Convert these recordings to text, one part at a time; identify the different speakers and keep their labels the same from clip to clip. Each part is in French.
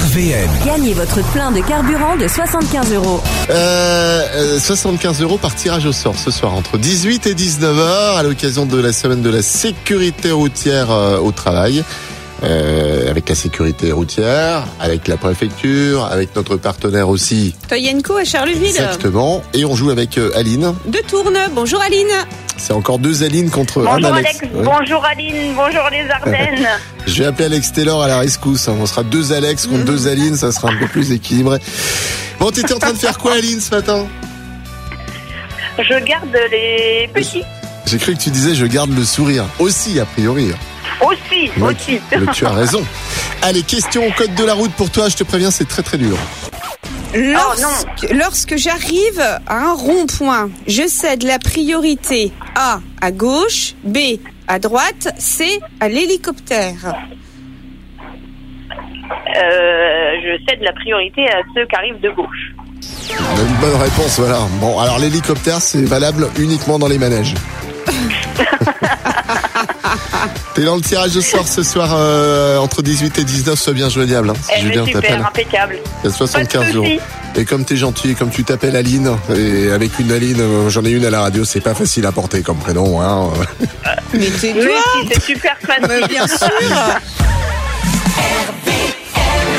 Speaker 1: VN.
Speaker 2: Gagnez votre plein de carburant de 75 euros.
Speaker 3: Euh, euh, 75 euros par tirage au sort ce soir entre 18 et 19 heures à l'occasion de la semaine de la sécurité routière euh, au travail. Euh, avec la sécurité routière, avec la préfecture, avec notre partenaire aussi.
Speaker 4: Toyenko à Charleville.
Speaker 3: Exactement. Et on joue avec euh, Aline.
Speaker 4: De Tourne. Bonjour Aline.
Speaker 3: C'est encore deux Aline contre un
Speaker 5: Bonjour
Speaker 3: Alex.
Speaker 5: Alex,
Speaker 3: Ouais.
Speaker 5: bonjour Aline, bonjour les Ardennes.
Speaker 3: Je vais appeler Alex Taylor à la rescousse. hein. On sera deux Alex contre deux Aline. Ça sera un peu plus équilibré. Bon, t'étais en train de faire quoi Aline ce matin
Speaker 5: Je garde les petits.
Speaker 3: J'ai cru que tu disais je garde le sourire. Aussi, a priori.
Speaker 5: Aussi,
Speaker 3: Ouais.
Speaker 5: aussi.
Speaker 3: Mais tu as raison. Allez, question au code de la route pour toi. Je te préviens, c'est très très dur.
Speaker 4: Lorsque, lorsque j'arrive à un rond-point, je cède la priorité A à gauche, B à droite, C à l'hélicoptère.
Speaker 5: Euh, je cède la priorité à ceux qui arrivent de gauche.
Speaker 3: On a Une bonne réponse, voilà. Bon, alors l'hélicoptère, c'est valable uniquement dans les manèges. T'es dans le tirage de sort ce soir euh, entre 18 et 19, sois bien joignable. Hein, si
Speaker 5: Eh,
Speaker 3: Julien
Speaker 5: mais
Speaker 3: t'appelle.
Speaker 5: super, impeccable.
Speaker 3: Il y a
Speaker 5: Pas de
Speaker 3: 75 euros.
Speaker 5: soucis.
Speaker 3: Et comme t'es gentil, et comme tu t'appelles Aline, et avec une Aline, euh, j'en ai une à la radio, c'est pas facile à porter comme prénom. Hein.
Speaker 4: Mais t'es
Speaker 5: Mais
Speaker 4: toi
Speaker 5: si, c'est super facile.
Speaker 4: Mais Bien sûr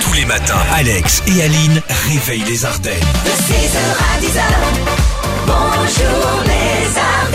Speaker 1: Tous les matins, Alex et Aline réveillent les Ardennes.
Speaker 6: De 6h à 10h, bonjour les Ardennes.